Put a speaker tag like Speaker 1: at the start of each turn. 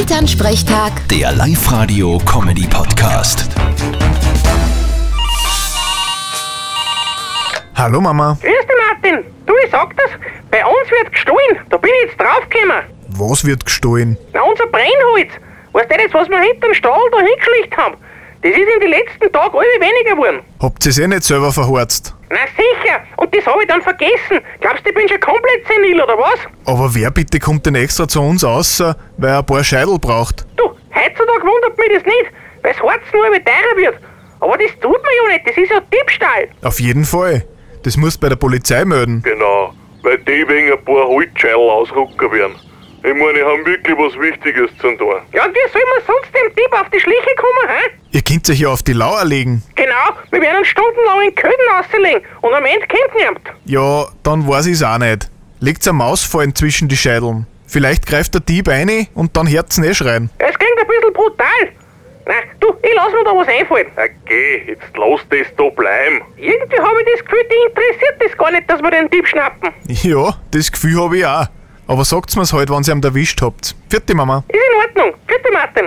Speaker 1: Elternsprechtag,
Speaker 2: Der Live-Radio-Comedy-Podcast.
Speaker 3: Hallo Mama,
Speaker 4: Grüß dich, Martin. Du, ich sag das, bei uns wird gestohlen. Da bin ich jetzt draufgekommen.
Speaker 3: was wird gestohlen?
Speaker 4: Na, unser Brennholz. Weißt du das, was wir hinterm Stall da hingeschlicht haben? Das ist in den letzten Tagen alle weniger geworden.
Speaker 3: Habt ihr eh nicht selber verhorzt?
Speaker 4: Na sicher, und das habe ich dann vergessen. Glaubst du, ich bin schon komplett senil, oder was?
Speaker 3: Aber wer bitte kommt denn extra zu uns außer, weil er ein paar Scheidel braucht?
Speaker 4: Du, heutzutage wundert mich das nicht, weil das Harz nur immer teurer wird. Aber das tut man ja nicht, das ist ja Diebstahl.
Speaker 3: Auf jeden Fall. Das musst bei der Polizei melden.
Speaker 5: Genau, weil die wegen ein paar Holzscheitel ausrucken werden. Ich meine, die haben wirklich was Wichtiges zu tun.
Speaker 4: Ja, und wie soll man sonst dem Dieb auf die Schliche kommen, hä?
Speaker 3: Ihr könnt euch ja auf die Lauer legen.
Speaker 4: Genau, wir werden stundenlang in Köden auslegen und am Ende kommt niemand.
Speaker 3: Ja, dann weiß ich's auch nicht. Legt's ein Mausfallen zwischen die Scheideln. Vielleicht greift der Dieb eine und dann hört's ihn eh schreien.
Speaker 4: Es klingt ein bisschen brutal. Na, du, ich lass mir da was einfallen.
Speaker 5: Okay, jetzt lass das da bleiben.
Speaker 4: Irgendwie habe ich das Gefühl, die interessiert das gar nicht, dass wir den Dieb schnappen.
Speaker 3: Ja, das Gefühl habe ich auch. Aber sagt's mir's halt, wenn's ihr ihn erwischt habt. Vierte Mama.
Speaker 4: Ist in Ordnung. Bitte, Martin.